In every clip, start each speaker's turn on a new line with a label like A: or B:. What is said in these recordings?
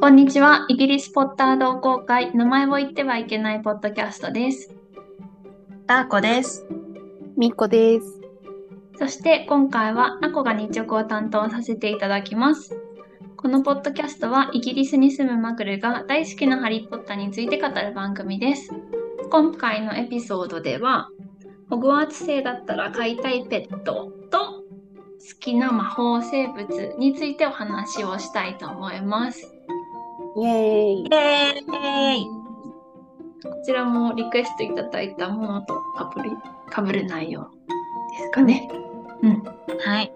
A: こんにちは。イギリスポッター同好会、名前を言ってはいけないポッドキャストです。
B: ターコです。
C: みっこです。
A: そして今回は、ナコが日直を担当させていただきます。このポッドキャストは、イギリスに住むマグルが大好きなハリー・ポッターについて語る番組です。今回のエピソードでは、ホグワーツ生だったら飼いたいペットと好きな魔法生物についてお話をしたいと思います。
C: イエーイ。
B: イエーイ
A: こちらもリクエストいただいたものとかぶりかぶる内容ですかね。
B: はい。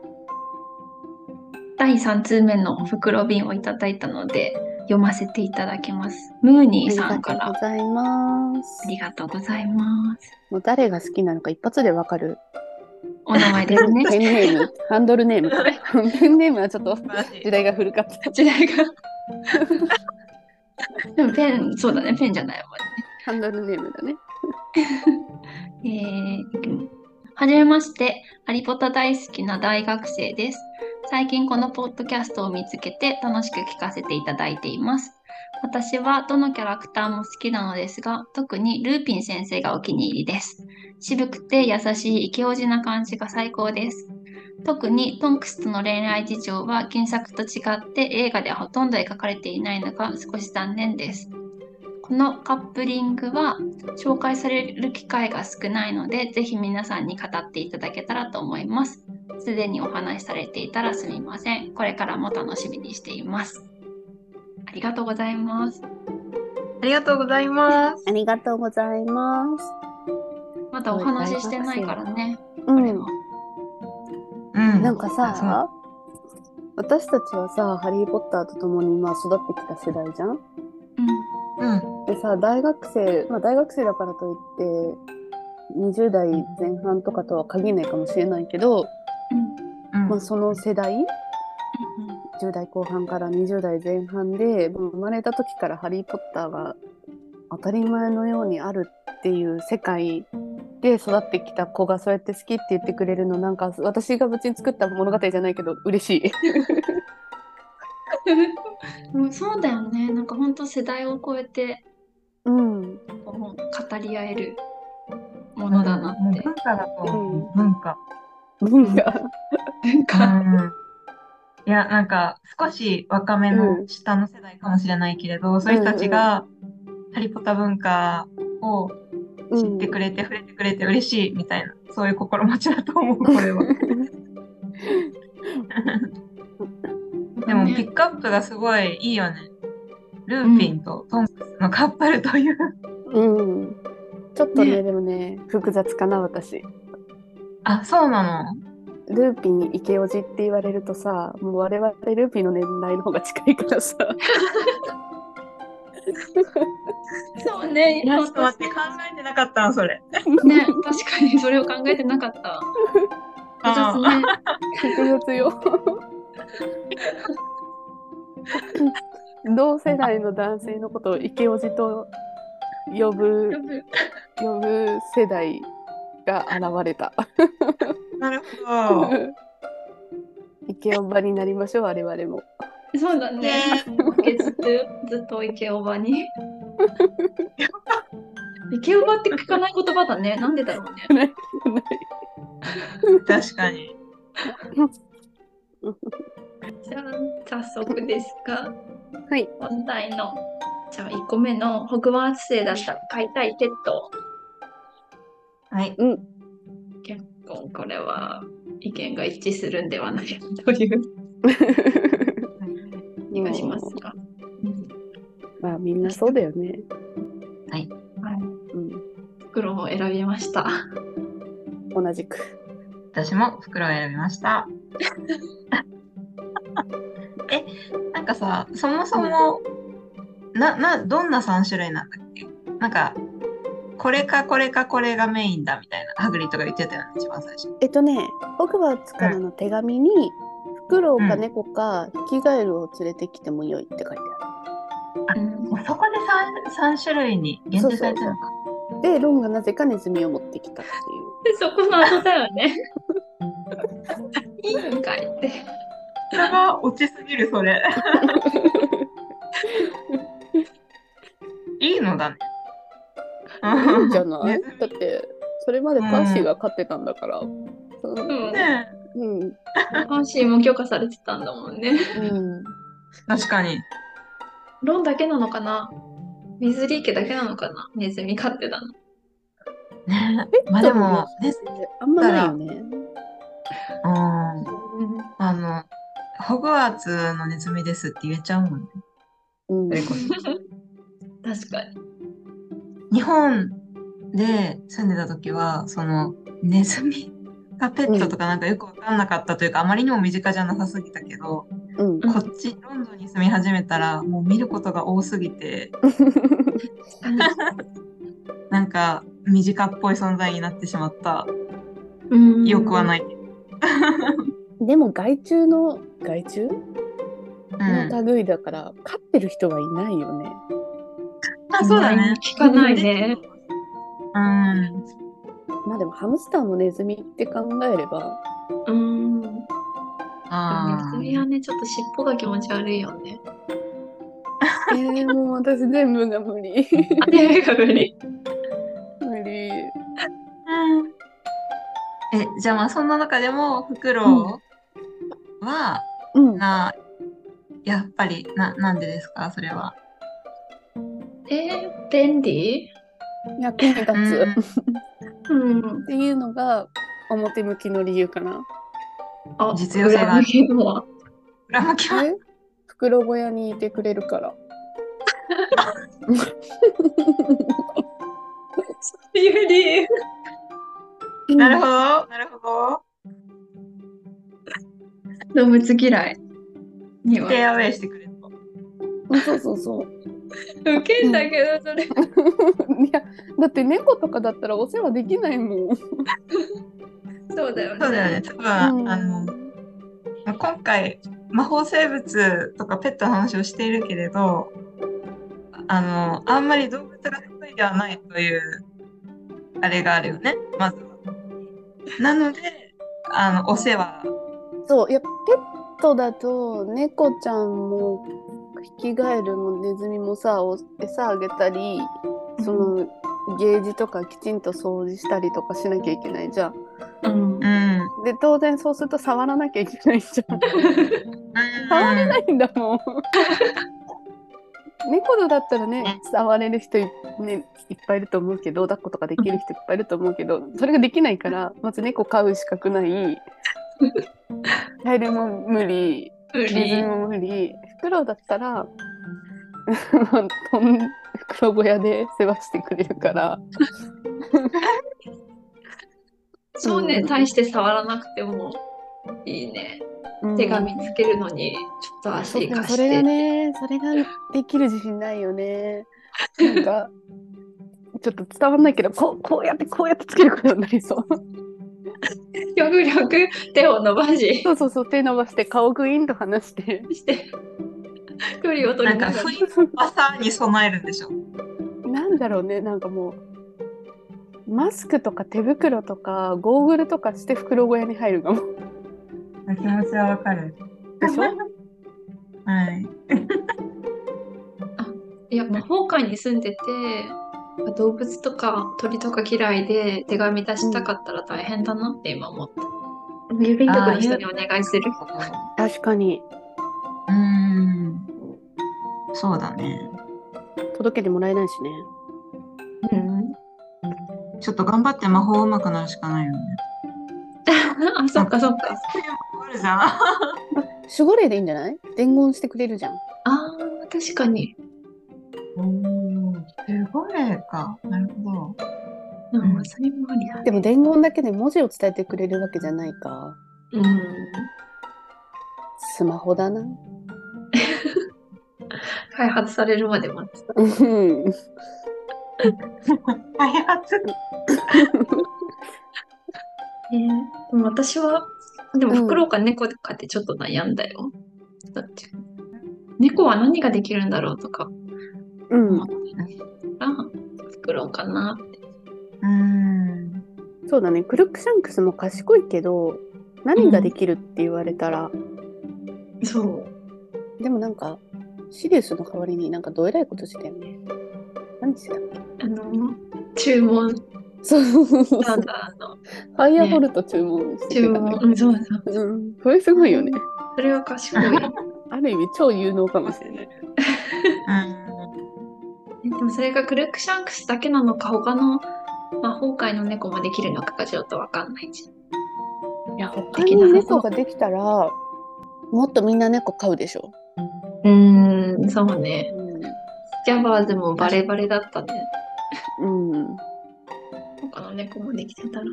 A: 第3通目の袋瓶をいただいたので読ませていただきます。ムーニーさんか
C: ありがとう
A: ら
C: ございます
A: あ。りがとうございます。
C: もう誰が好きなのか一発でわかる。
A: お名前ですね。
C: ペンネーム、ハンドルネームか。ペンネームはちょっと時代が古かった。
A: 時代が。でも ペン、そうだね、ペンじゃないわ。
C: ハンドルネームだね。
A: えーはじめまして、ハリポタ大好きな大学生です。最近このポッドキャストを見つけて楽しく聞かせていただいています。私はどのキャラクターも好きなのですが、特にルーピン先生がお気に入りです。渋くて優しいイケオジな感じが最高です。特にトンクスとの恋愛事情は原作と違って映画ではほとんど描かれていないのが少し残念です。このカップリングは紹介される機会が少ないので、ぜひ皆さんに語っていただけたらと思います。すでにお話しされていたらすみません。これからも楽しみにしています。ありがとうございます。
B: ありがとうございます。
C: ありがとうございます。
A: まだお話ししてないからね。
C: う
A: これ
C: ん
A: は。。
B: うん
C: なんか
B: そう
C: さ、私たちはさ、ハリー・ポッターと共にまあ育ってきた世代じゃん
A: うん。
B: うん。
C: でさ大学生、まあ、大学生だからといって20代前半とかとは限らないかもしれないけど、
B: うん
C: まあ、その世代
A: うん。
C: 10代後半から20代前半でもう生まれた時から「ハリー・ポッター」が当たり前のようにあるっていう世界で育ってきた子がそうやって好きって言ってくれるのなんか私が別に作った物語じゃないけど嬉しい。
A: うんうんそうだよね。なんか本当世代を超えて
C: うん、
A: こう語り合えるものだなって。
B: 文化だと
C: うん
B: 文化。
C: なんか
A: なんか、
B: いや、なんか、少し若め
C: う
B: の
C: ん
B: 下の世代かもしれないけれど、そういう人たちが、ハリポタ文化を知ってくれて、触れてくれて嬉しいみたいな、そういう心持ちだと思う、こ れは。でも、ピ
A: ね
B: ックアップがすごいいいよね。ルーピンとトンクスのカップルという。
C: うん、ちょっとね
A: ね
C: でもね複雑かな私。
B: あ、そうなの。
C: ルーピンイケオジって言われるとさもう我々ルーピンの年代の方が近いからさ
A: そうね。
B: いや、ちょっと待って、考えてなかったの、それ。
A: ね、確かにそれを考えてなかった。複雑ね。
C: 複雑 よ同世代の男性のことをイケオジと呼ぶ呼ぶ世代が現れた
B: なるほど。
C: イケオバになりましょう我々も
A: そうだ
B: ね
A: ね。ずっとずっと池おばに。 池おばって聞かない言葉だね。なんでだろうね。
B: 確かに。
A: じゃあ早速ですが、
C: はい
A: 本題のじゃあ1個目のホグワーツ生だったら飼いたいペット。
B: はい。
A: 結構これは意見が一致するんではないかという気がしますが。
C: まあみんなそうだよね
A: はい。
C: うん
A: 袋を選びました。
C: 同じく
B: 私も袋を選びました。 え、なんかさ、そもそも、な、な、どんな3種類なんだっけなんか、これかこれかこれがメインだみたいな、ハグリッドが言ってたよね、一番最初。
C: えっとね、ホグワーツからの手紙に、フクロウか猫かヒキガエルを連れてきてもよいって書いてあ
A: うん
B: もうそこで 3, 3種類に限定されてるのか。
C: る。で、ロンがなぜかネズミを持ってきたっていう。
A: そこの後だよね。 いいんかいって。
B: それが落ちすぎる、それ。いいのだね。
C: いいんじゃない
B: ね
C: だってそれまでパーシーが勝ってたんだから。その
A: うん。
B: ねえ
C: うんうん
A: パーシーも許可されてたんだもんね。
B: 確かに。
A: ロンだけなのかなネズリー家だけなのかなネズミ飼ってたの。
B: ね
C: ペット
B: まあでも、ね、
C: あんまないよね。
B: うん。あの、ホグワーツのネズミですって言えちゃうもんね。
C: うん
B: それこそ
A: 確かに。
B: 日本で住んでた時はそのネズミがペットとかなんかよく分かんなかったというか、あまりにも身近じゃなさすぎたけど、
C: うん
A: う ん
B: こっちロンドンに住み始めたらもう見ることが多すぎてなんか身近っぽい存在になってしまった
A: うん
B: よくはない、
C: でも害虫の害虫
B: うん
C: の類だから、飼ってる人はいないよね。
B: あそうだね。
A: 聞かないね。
B: うん
C: まあでもハムスターもネズミって考えれ ば、
A: うん。ネ
B: あ
A: ズミ
B: ー
A: はね、ちょっと尻尾が気持ち悪いよね。
C: えー、もう私全部が無理。
A: あ、手目が無理。
C: 無理。
B: うんえじゃあまあそんな中でもフクロウは、
C: うん。
B: なやっぱりななんでですかそれは。
A: えー、便利
C: 役に立つ。
A: うん
C: っ。ていうのが表向きの理由かな。
A: あ、
B: 実用性があ
A: 裏向
B: る
A: きのは
B: 裏向きは
C: え袋小屋にいてくれるから。
A: そういう理由。
B: なるほど、なるほ
A: 動物嫌いに
B: ど。
A: は
B: フ。ェアウェイしてくれると。
C: うんそうそうそう。
A: ウケんだけど、それ。
C: いやだって猫とかだったらお世話できないもん。
A: そうだよね。
B: そうだよね、多分、
C: うん
B: あの、まあ今回、魔法生物とかペットの話をしているけれど、あの、あんまり動物が得意ではないという、あれがあるよね、まずは。なので、あの、お世話。
C: そういやペットだと猫ちゃんもヒキガエルもネズミもさお餌あげたりそのゲージとかきちんと掃除したりとかしなきゃいけないじゃん。
A: うん。
B: うん。うん
C: で当然そうすると触らなきゃいけないじゃん。触れないんだもん。猫だったらね触れる人い,、ね、いっぱいいると思うけど抱っことかできる人いっぱいいると思うけどそれができないからまず猫飼う資格ないカエルも無理
A: 無
C: ネズミ
A: 理。
C: も無理フクロウだったら とんフクロウ小屋で世話してくれるから
A: そうね、大して触らなくてもいいね。手が見つけるのに、ちょっと足生
C: でも
A: か
C: そ
A: し
C: れが
A: て。
C: ねそれができる自信ないよねなんかちょっと伝わんないけどこうこうやってこうやってつけることになりそう
A: 極力手を伸ばし、
C: そうそうそう手伸ばして顔グインと離して
A: して、距離を取
B: な
A: り
B: んか、
A: ながら
B: 冬。の朝に備えるんでしょ。
C: なんだろうねなんかもうマスクとか手袋とかゴーグルとかして袋小屋に入るかも
B: 気持ちはわかる。
C: でしょ
B: はい。
A: いや、魔法界に住んでて、動物とか鳥とか嫌いで手紙出したかったら大変だなって今思った。郵便局の人にお願いする。
C: 確かに
B: うーん。そうだね。
C: 届けてもらえないしね
A: うん。
B: ちょっと頑張って魔法うまくなるしかないよね。
A: あ、そっかそっか。
B: そういう魔法あるじゃん。
C: 守護霊でいいんじゃない伝言してくれるじゃん
A: あー、確かに。
B: すごいか。なるほど。
A: うん、それもありだ。
C: でも伝言だけで文字を伝えてくれるわけじゃないか
A: うん。
C: スマホだな
A: 開発されるまで待つ。
C: うん
B: 開発。
A: えー、でも私は、でも
C: うん
A: フクロウか猫かってちょっと悩んだよ。どっちか猫は何ができるんだろうとか、
C: うん、
A: あフクロウかな。
B: うん。
C: そうだねクルックシャンクスも賢いけど何ができるって言われたら、
A: そう。
C: でもなんかシリウスの代わりになんかどえらいことしてたよね。何してたっけ
A: あの、注文
C: そうそうそうそう。
A: なん
C: フ
A: だ、あの、
C: ァイアボルト注文して
A: 注
C: たんだ
A: 文。
C: け
A: うんそうそう。
C: ど。うん、それすごいよね。
A: それは賢い。え
C: ある意味超有能かもしれない。
B: うん
A: でもそれがクルックシャンクスだけなのか、他の魔法界の猫もできるのかがちょっとわかんないじゃん。
C: いや、
A: 他
C: 他
A: に
C: に
A: 猫
C: 猫
A: が
C: ができたら、もっとみんな猫飼うでしょ。
A: うーん、そうね。
C: う
A: ジャバーズもバレバレだったね。
C: ん。うん。
A: 他の猫もできてたら。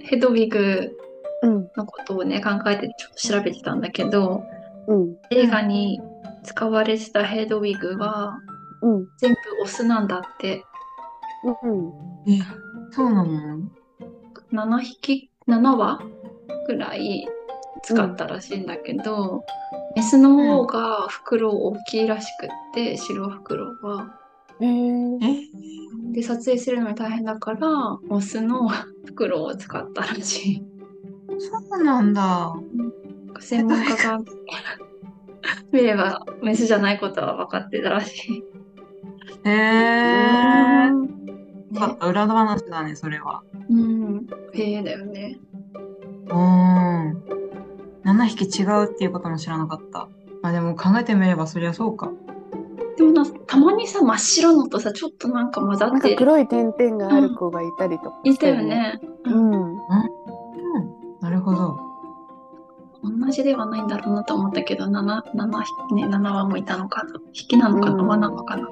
A: ヘドウィグ
C: うん。
A: のことをね、考えてちょっと調べてたんだけど、
C: うん。
A: 映画に使われてたヘドウィグは
C: うん。
A: 全部オスなんだって。
C: うん。
B: えそうなの
A: 7匹、7羽ぐらい使ったらしいんだけど、メスの方が袋大きいらしくって、白袋は。
C: へえ。
B: え
A: で撮影するのに大変だからオスの袋を使ったらしい
B: そうなんだ。
A: 専門家が見れば メスじゃないことは分かってたらしい、
B: ええー。よか
A: ね
B: っ、た裏話だね、それは。
A: うんへえだよね
B: うん。7匹違うっていうことも知らなかった。まあでも考えてみればそりゃそうか。
A: でもなたまにさ真っ白のとさちょっとなんか混ざ
C: なん
A: っ
C: か
A: て
C: 黒い点々がある子がいたりとか
A: い
C: した
A: よ。ね
C: うん。
B: うん。なるほど。
A: 同じではないんだろうなと思ったけど 7, 7匹ね7羽もいたのかと匹なのかな
C: うん
A: 輪なのかな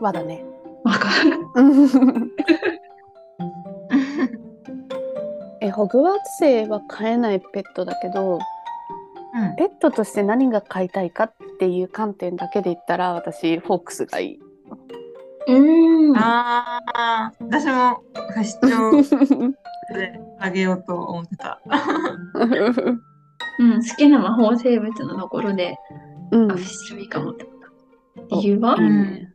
C: まだね。
A: 分かんない
C: え、ホグワーツ生は飼えないペットだけど、
B: うん。
C: ペットとして何が飼いたいかっていう観点だけで言ったら、私、フォークスが いい。
A: うん
B: ああ、私も不死鳥であげようと思ってた。
A: うん、好きな魔法生物のところで、
C: うん
A: あ、フィッシュいいかもってこと。理由は、
B: うん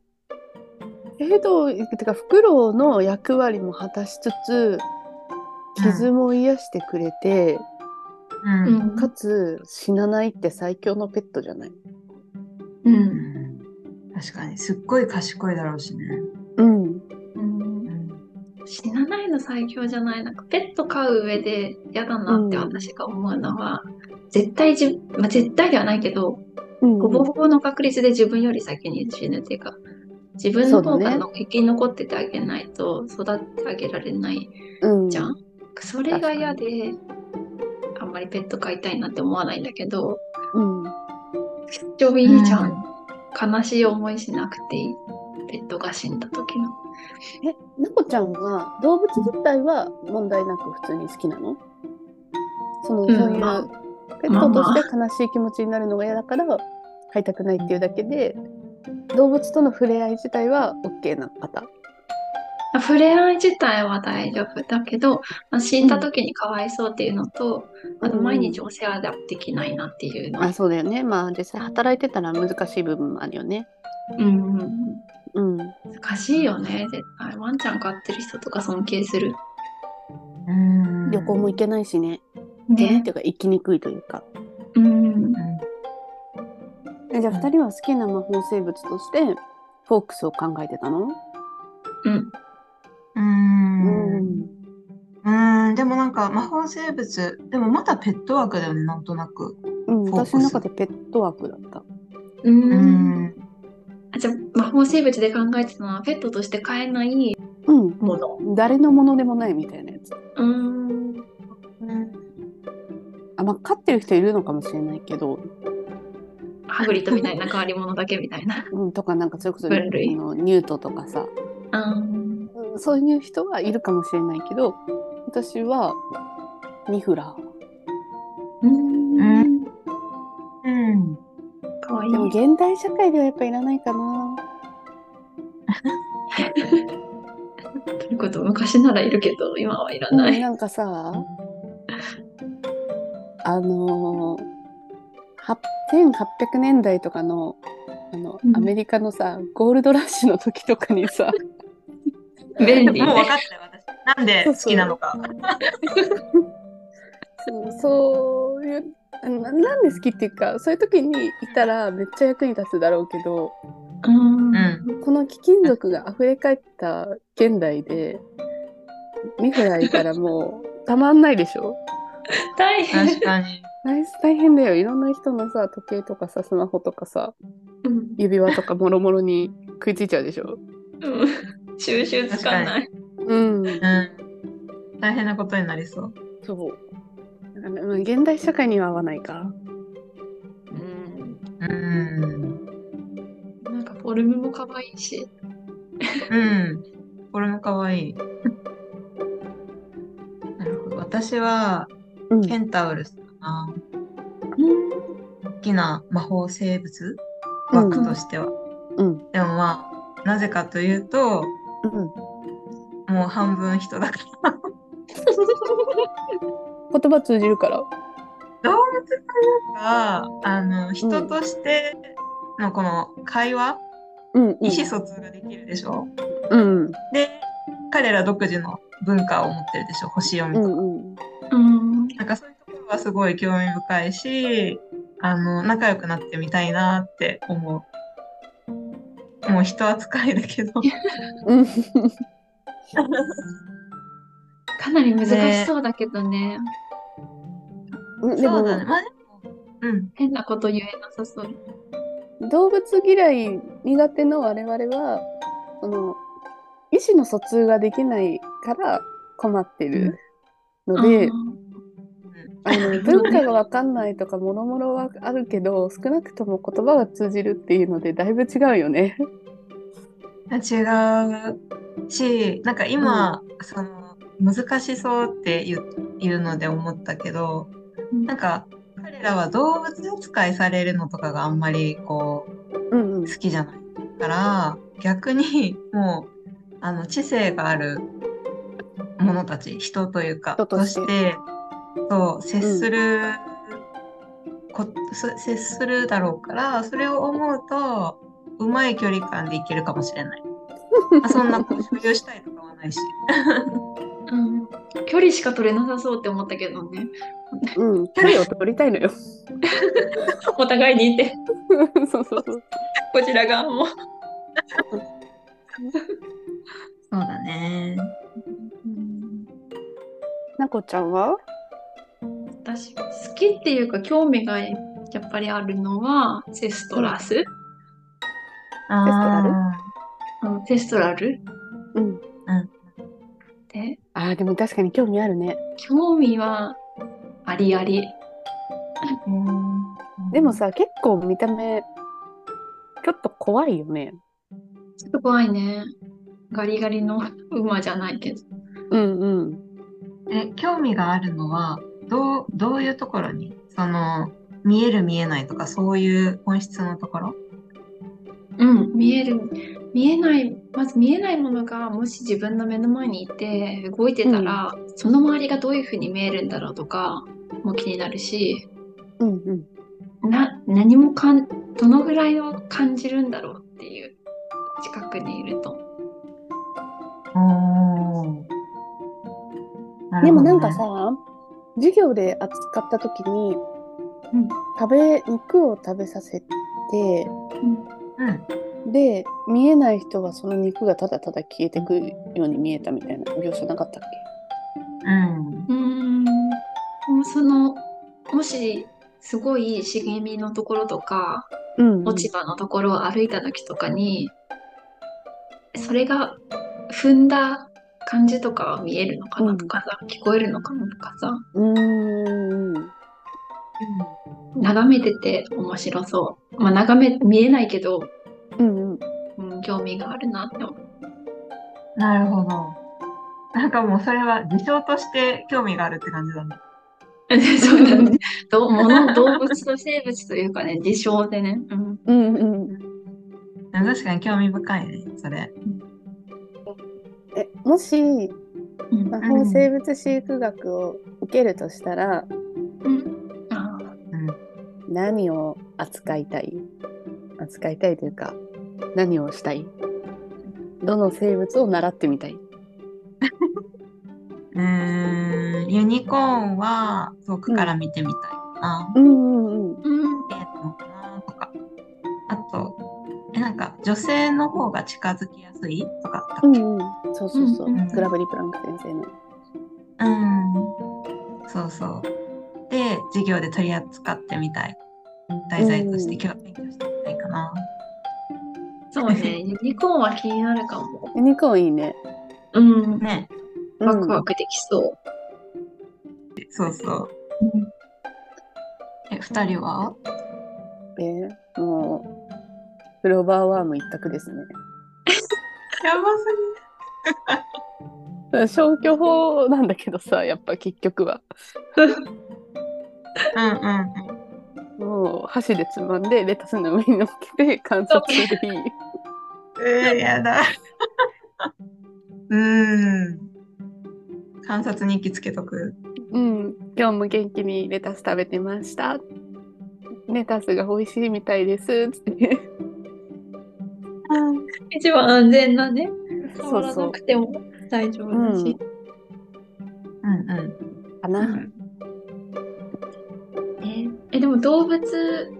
C: えっと、てか、フクロウの役割も果たしつつ、傷も癒してくれて、
B: う。
A: うんん
C: かつ死なないって最強のペットじゃない。
A: う。
B: うんん確かに、すっごい賢いだろうしね。
C: うん。
A: うん
B: うん
A: 死なないの最強じゃない。なんかペット飼う上で嫌だなって私が思うのは、絶対じゅ、まあ、絶対ではないけど、
C: うん
A: ほぼほぼの確率で自分より先に死ぬっていうか、自分の方がの生き残っててあげないと育ってあげられない
C: うん
A: じゃん。それが嫌で、あんまりペット飼いたいなって思わないんだけど、
C: うん。
A: 一応いいじゃん。悲しい思いしなくていい。ペットが死んだ時の。
C: え、なこちゃんは動物自体は問題なく普通に好きなのその、
A: うん
C: そういう
A: まあ
C: ペットとして悲しい気持ちになるのが嫌だから飼いたくないっていうだけで、動物との触れ合い自体は OK な方。
A: 触れ合い自体は大丈夫だけど、まあ、死んだ時にかわいそうっていうのと、あと
C: うん
A: 毎日お世話ができないなっていうの。
C: あ、そうだよね。まあ実際働いてたら難しい部分もあるよね。
A: うんうんうん
C: うん。
A: 難しいよね、絶対。ワンちゃん飼ってる人とか尊敬する。
B: うん
C: 旅行も行けないしね。行けないっ
A: ね。
C: ていうか行きにくいというか。
A: うん。
C: えじゃあ2人は好きな魔法生物としてフォークスを考えてたの
A: うん。
B: うん。うん
C: ん
B: うん、でもなんか魔法生物、でもまだペット枠だよね、なんとなく。
C: うん、
B: フォークス
C: 私の中でペット枠だった。
A: うん。
B: うん。
A: あじゃあ、魔法生物で考えてたのは、ペットとして飼えない
C: うん、
A: もの。
C: 誰のものでもないみたいなやつ。
A: うん。
C: あ、まあ、飼ってる人いるのかもしれないけど、
A: ハグリッドみたいな変わり者だけみたいな。
C: うん、とかなんかそれこそ
A: 分類
C: あのニュートとかさ、
A: うん。
C: うんそういう人はいるかもしれないけど、私はニフラ
A: う
C: ー。
A: ん。
B: うん。
A: かわいい
C: で。も現代社会ではやっぱいらないかな。
A: ということ昔ならいるけど、今はいらな
C: うん
A: い。
C: なんかさ、あのー、は1800年代とかのあの、
A: うん
C: アメリカのさゴールドラッシュの時とかにさ
A: 便利
B: もう分
A: ね。
B: かったよ、私。なんで好きなのか。
C: そうそういうななんで好きっていうかそういう時にいたらめっちゃ役に立つだろうけど
A: うん
B: うん。
C: この貴金属が溢れ返った現代でミフラいたらもうたまんないでしょ
A: 大変
B: 確。かに。
C: 大大変だよいろんな人のさ時計とかさスマホとかさ
A: うん
C: 指輪とかもろもろに食いついちゃうでしょ
A: うん収集つかない。
C: うん
B: うん。大変なことになりそう。
C: そうあのうん現代社会には合わないか
A: うん
B: うん。
A: なんかフォルムも可愛いし。
B: うん。これも可 愛い。なるほど。私は、
C: うん
B: ケンタウルスかな。
A: うん
B: 好きな魔法生物枠としては。
C: うん
B: でもまあ、なぜかというと、
C: うん
B: もう半分人 だから。
C: 言葉通じるから
B: 動物というか、あの、人としてのこの会話、
C: うん
B: 意思疎通ができるでしょ。
C: うん
B: で、彼ら独自の文化を持ってるでしょ、星読みと
C: う
B: か。
C: んうん
A: うん
B: なんかそういうところはすごい興味深いし、あの、仲良くなってみたいなって思う。もう人扱いだけど。
C: うん
A: かなり難しそうだけどね。
C: うんで
B: そう
C: も
B: だね。まあでも、うん。
A: 変なこと言えなさそう。
C: 動物嫌い苦手の我々はその意思の疎通ができないから困ってるので、
A: うん
C: あの文化が分かんないとかもろもろはあるけど少なくとも言葉が通じるっていうのでだいぶ違うよね。
B: 違うし、なんか今、その、難しそうって言う言うので思ったけど、なんか彼らは動物扱いされるのとかがあんまりこう
C: うんうん
B: 好きじゃないから逆にもうあの知性がある者たち人というか
C: 人として
B: そう接する、こそ接するだろうからそれを思うとうまい距離感でいけるかもしれ ない。あそんなこう所有したいとかはないし。
A: うん距離しか取れなさそうって思ったけどね。
C: うん、距離を取りたいのよ。
A: お互いにいて、
C: そうそうそう。
A: こちら側も。
B: そうだね。
C: なこちゃんは
A: 私好きっていうか興味がやっぱりあるのはセストラス、
B: あ
A: うん、セストラル
C: うん。
A: で
C: ああ、でも確かに興味あるね。
A: 興味はありあり。
B: ーうん
C: でもさ、結構見た目、ちょっと怖いよね。
A: ちょっと怖いね。ガリガリの 馬じゃないけど。
C: うんうん。
B: え、興味があるのは、どう、どういうところにその、見える見えないとか、そういう本質のところ
A: うん、見える、見えない、まず見えないものがもし自分の目の前にいて動いてたら、その周りがどういうふうに見えるんだろうとかも気になるし、
C: うんうん。
A: な、何もかん、どのぐらいを感じるんだろうっていう近くにいると。
B: おー。
C: でもなんかさ、授業で扱った時に、
A: うん
C: 食べ肉を食べさせて
B: うん。
C: で見えない人はその肉がただただ消えてくように見えたみたいな描写なかったっ
B: うん。
A: うーん、もうその、もし、すごい茂みのところとか、
C: け、うん
A: 落ち葉のところを歩いた時とかにそれが踏んだ感じとかは見えるのかなとかさ、聞こえるのかなとかさ
C: うーん
A: 眺めてて面白そう、まあ、眺め見えないけど、
C: うんうん
A: うん、興味があるなって思う
B: なるほど。なんかもうそれは事象として興味があるって感じだね。
A: そうだねど物動物と生物というかね事象でね、うん、
C: うんうん
B: でも確かに興味深いね、それ。
C: えもし
A: うん
C: 魔法生物飼育学を受けるとしたら、
A: うんあー
B: うん。
C: 何を扱いたい扱いたいというか何をしたいどの生物を習ってみたい、
B: うーんユニコーンは遠くから見てみたい。な、
C: うんうんうん。
A: うん。
B: ええのかなとか、あと、え、なんか女性の方が近づきやすいとかあった
C: う
B: っけ、
C: んうん。そうそうそう。
A: うん
B: うん
C: グラブリプランク先生の。
B: うん、そうそう。で、授業で取り扱ってみたい。題材として今日勉強してみたいかな。
A: そう ね、ユニコーンは気になるかも。
C: ユニコーンいいね。
A: うん。
B: ね、
C: うん
A: ワクワクできそう。
B: そうそう。え、二人は
C: えーもう、フローバーワーム一択ですね。
B: やばす
C: 消去法なんだけどさ、やっぱ結局は。
B: ぎる。うんうん
C: もう箸でつまんでレタスの上に乗っけて観察するいい。
B: うん。うー、やだ。うーん。観察日記つけとく。
C: うん、今日も元気にレタス食べてました。レタスが美味しいみたいです。つって。
B: うん。
A: 一番安全なね。
C: そうそう
A: 触らなくても大丈夫だし。
B: うんうん。
C: か
A: う
C: な。
A: んええでも動物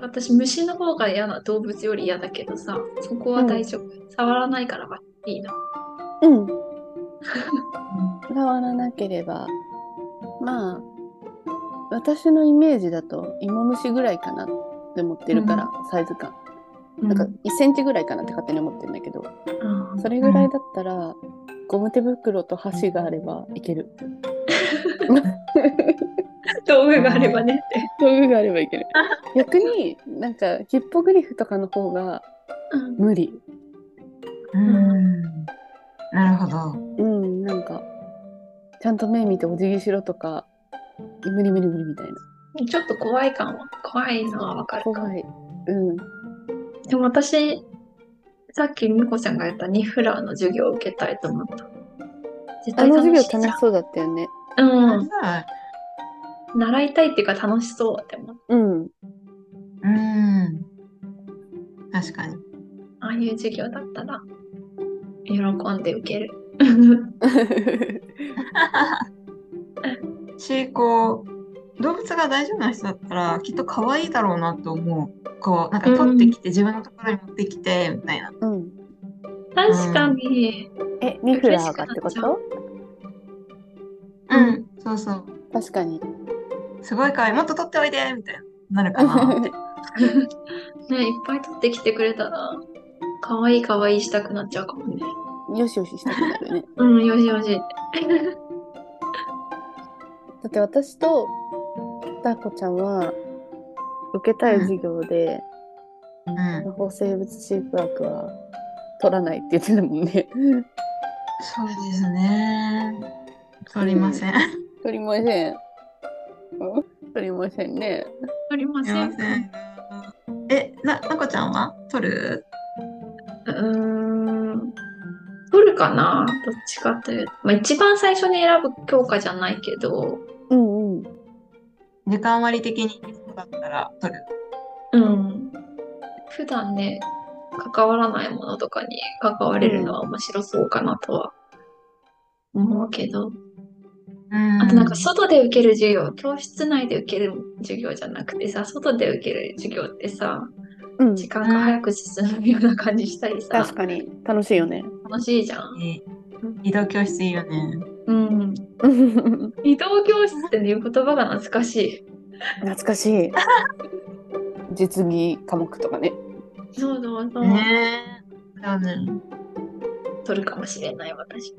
A: 私虫の方が嫌な動物より嫌だけどさそこは大丈夫、触らないからばいいな
C: うん。触らなければ。まあ、私のイメージだと芋虫ぐらいかなって思ってるから、サイズ感。
A: な
C: なんか1センチぐらいかなって勝手に思ってるんだけど、
A: うん
C: それぐらいだったら、ゴム手袋と箸があればいける。
A: 道具があればねって、
C: 道具があればいける。 逆になんかヒッポグリフとかの方が
A: うん
C: 無理。
B: うん。なるほど。
C: うん、なんか、ちゃんと目見てお辞儀しろとか、無理無理無理みたいな。
A: ちょっと怖い感は怖いのはわかるかも
C: 怖い。うん。
A: でも私さっきみこちゃんが言ったニフラーの授業を受けたいと思った絶
C: あ
A: 対
C: の
A: 楽
C: 授業
A: しいじゃん
C: 楽しそうだったよね。
A: うん
B: さ
A: 習いたいっていうか楽しそうって思った
C: うん。
B: うん。確かに。
A: ああいう授業だったら喜んで受け る。
B: し、こう、動物が大丈夫な人だったら、きっと可愛いだろうなと思う。こう、なんか取ってきて、自分のところに持ってきて、みたいな。
C: うん。
A: 確かに。
C: え、ニフラーがってこ
A: 嬉しくなっ
C: と
A: うん
B: うん、そうそう。
C: 確かに。
B: すごい可愛い。もっと取っておいで、みたいな。なるかなっ
A: ね
B: て。
A: いっぱい取ってきてくれたら、かわいいかわいいしたくなっちゃうかもね。
C: よしよししたくなるね。
A: うん、よしよし。
C: だって私と、ダーコちゃんは、受けたい授業で、
B: うん。
C: 魔法生物飼育学は、取らないって言ってたもんね。
B: そうですね。取りません。
C: 取りません。うん取りませんね。
A: ありま
B: 取
A: せ
B: り
A: ん
B: ま。せん。え、な、なこちゃんは取る
A: うーん。取るかなどっちかというと。まあ、一番最初に選ぶ教科じゃないけど、
C: うんうん。
B: 時間割的にそうだったら取る。
A: うん。普段ね、関わらないものとかに関われるのは面白そうかなとは思うけど。
B: うん
A: あとなんか外で受ける授業、教室内で受ける授業じゃなくてさ、外で受ける授業ってさ、
C: うん。
A: 時間が早く進むような感じしたりさ
C: 確、かに。楽しいよね。
A: 楽しいじゃん。
B: え移動教室いいよね。
A: うん。
C: 懐
A: 移動教室っていう言葉が懐かしい。
C: かし い。実技科目とかね。
A: そうそうそう。
B: ねえ。だよね。
A: 取るかもしれない私。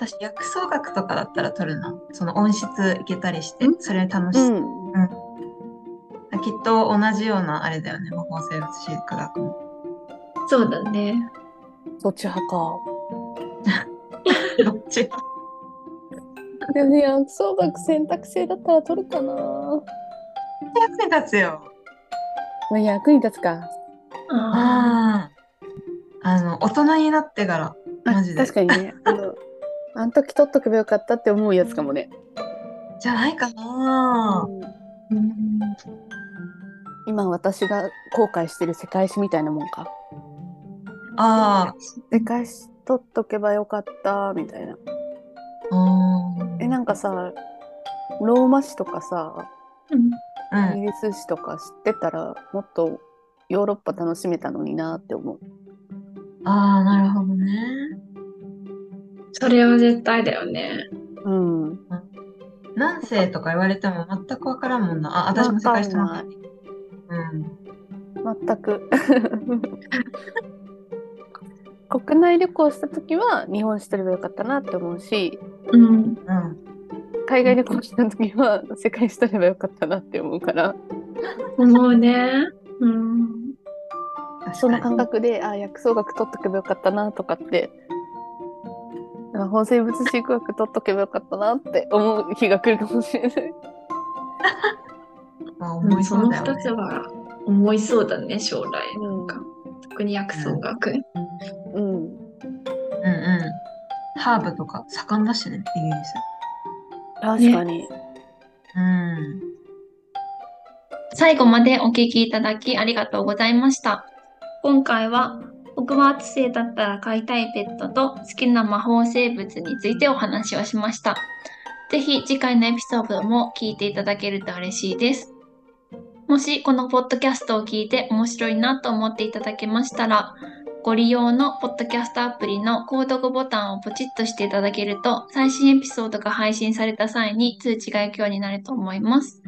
B: 私、薬草学とかだったら取るな。その音質行けたりして、それ楽しい。
C: ん。
B: きっと同じようなあれだよね、魔法生物飼育学も。
A: そうだね。
C: そっち派か。
B: どっち
C: でもね、薬草学選択制だったら取るかな。
B: 役に立つよ。
C: まあ、役に立つか。
A: あ
B: ああ。あの、大人になってから。マジで
C: 確かに ね。あの、あの時取っとけばよかったって思うやつかもね。
B: じゃないかな。
C: うん
B: うん。
C: 今私が後悔してる世界史みたいなもんか。
B: あ
C: 世界史取っとけばよかったみたいな。
B: あ。うーん
C: えなんかさローマ史とかさ
A: うん
B: う
C: イ
B: ん。
C: ギリス史とか知ってたらもっとヨーロッパ楽しめたのになって思う。
B: ああ、なるほどね。
A: それは絶対だよね。
C: うん、
B: 何世とか言われても全くわからんもんな。あ、私も世界史とか。うん。
C: 全く。国内旅行した時は日本してればよかったなって思うし
A: うん。
B: うん。
C: 海外旅行した時は世界してればよかったなって思うから
A: 思うね。うん。
C: そんな
B: 確かに
C: 感覚であ薬草学取っとけばよかったなとかってあ法生物飼育学取っとけばよかったなって思う日が来るかもしれない。
B: まあ、思い
A: そ
B: そう
A: の
B: だよね
A: 2。つは思いそうだね、将来。
C: うん
A: か特に薬草学。
C: うん、
B: うんうん。ハーブとか盛んだしね、イギリス。
C: 確かに、
B: うん。
A: 最後までお聞きいただきありがとうございました。今回は、ホグワーツ生だったら飼いたいペットと好きな魔法生物についてお話をしました。ぜひ次回のエピソードも聞いていただけると嬉しいです。もしこのポッドキャストを聞いて面白いなと思っていただけましたら、ご利用のポッドキャストアプリの購読ボタンをポチッとしていただけると、最新エピソードが配信された際に通知が行くようになると思います。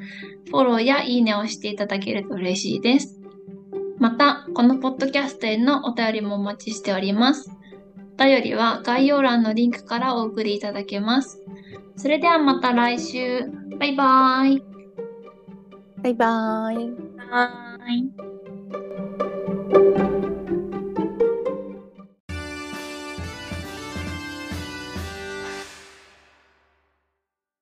A: フォローやいいねをしていただけると嬉しいです。また、このポッドキャストへのお便りもお待ちしております。お便りは概要欄のリンクからお送りいただけます。それではまた来週。バイバーイ。
C: バイバーイ
A: バイ。
B: うん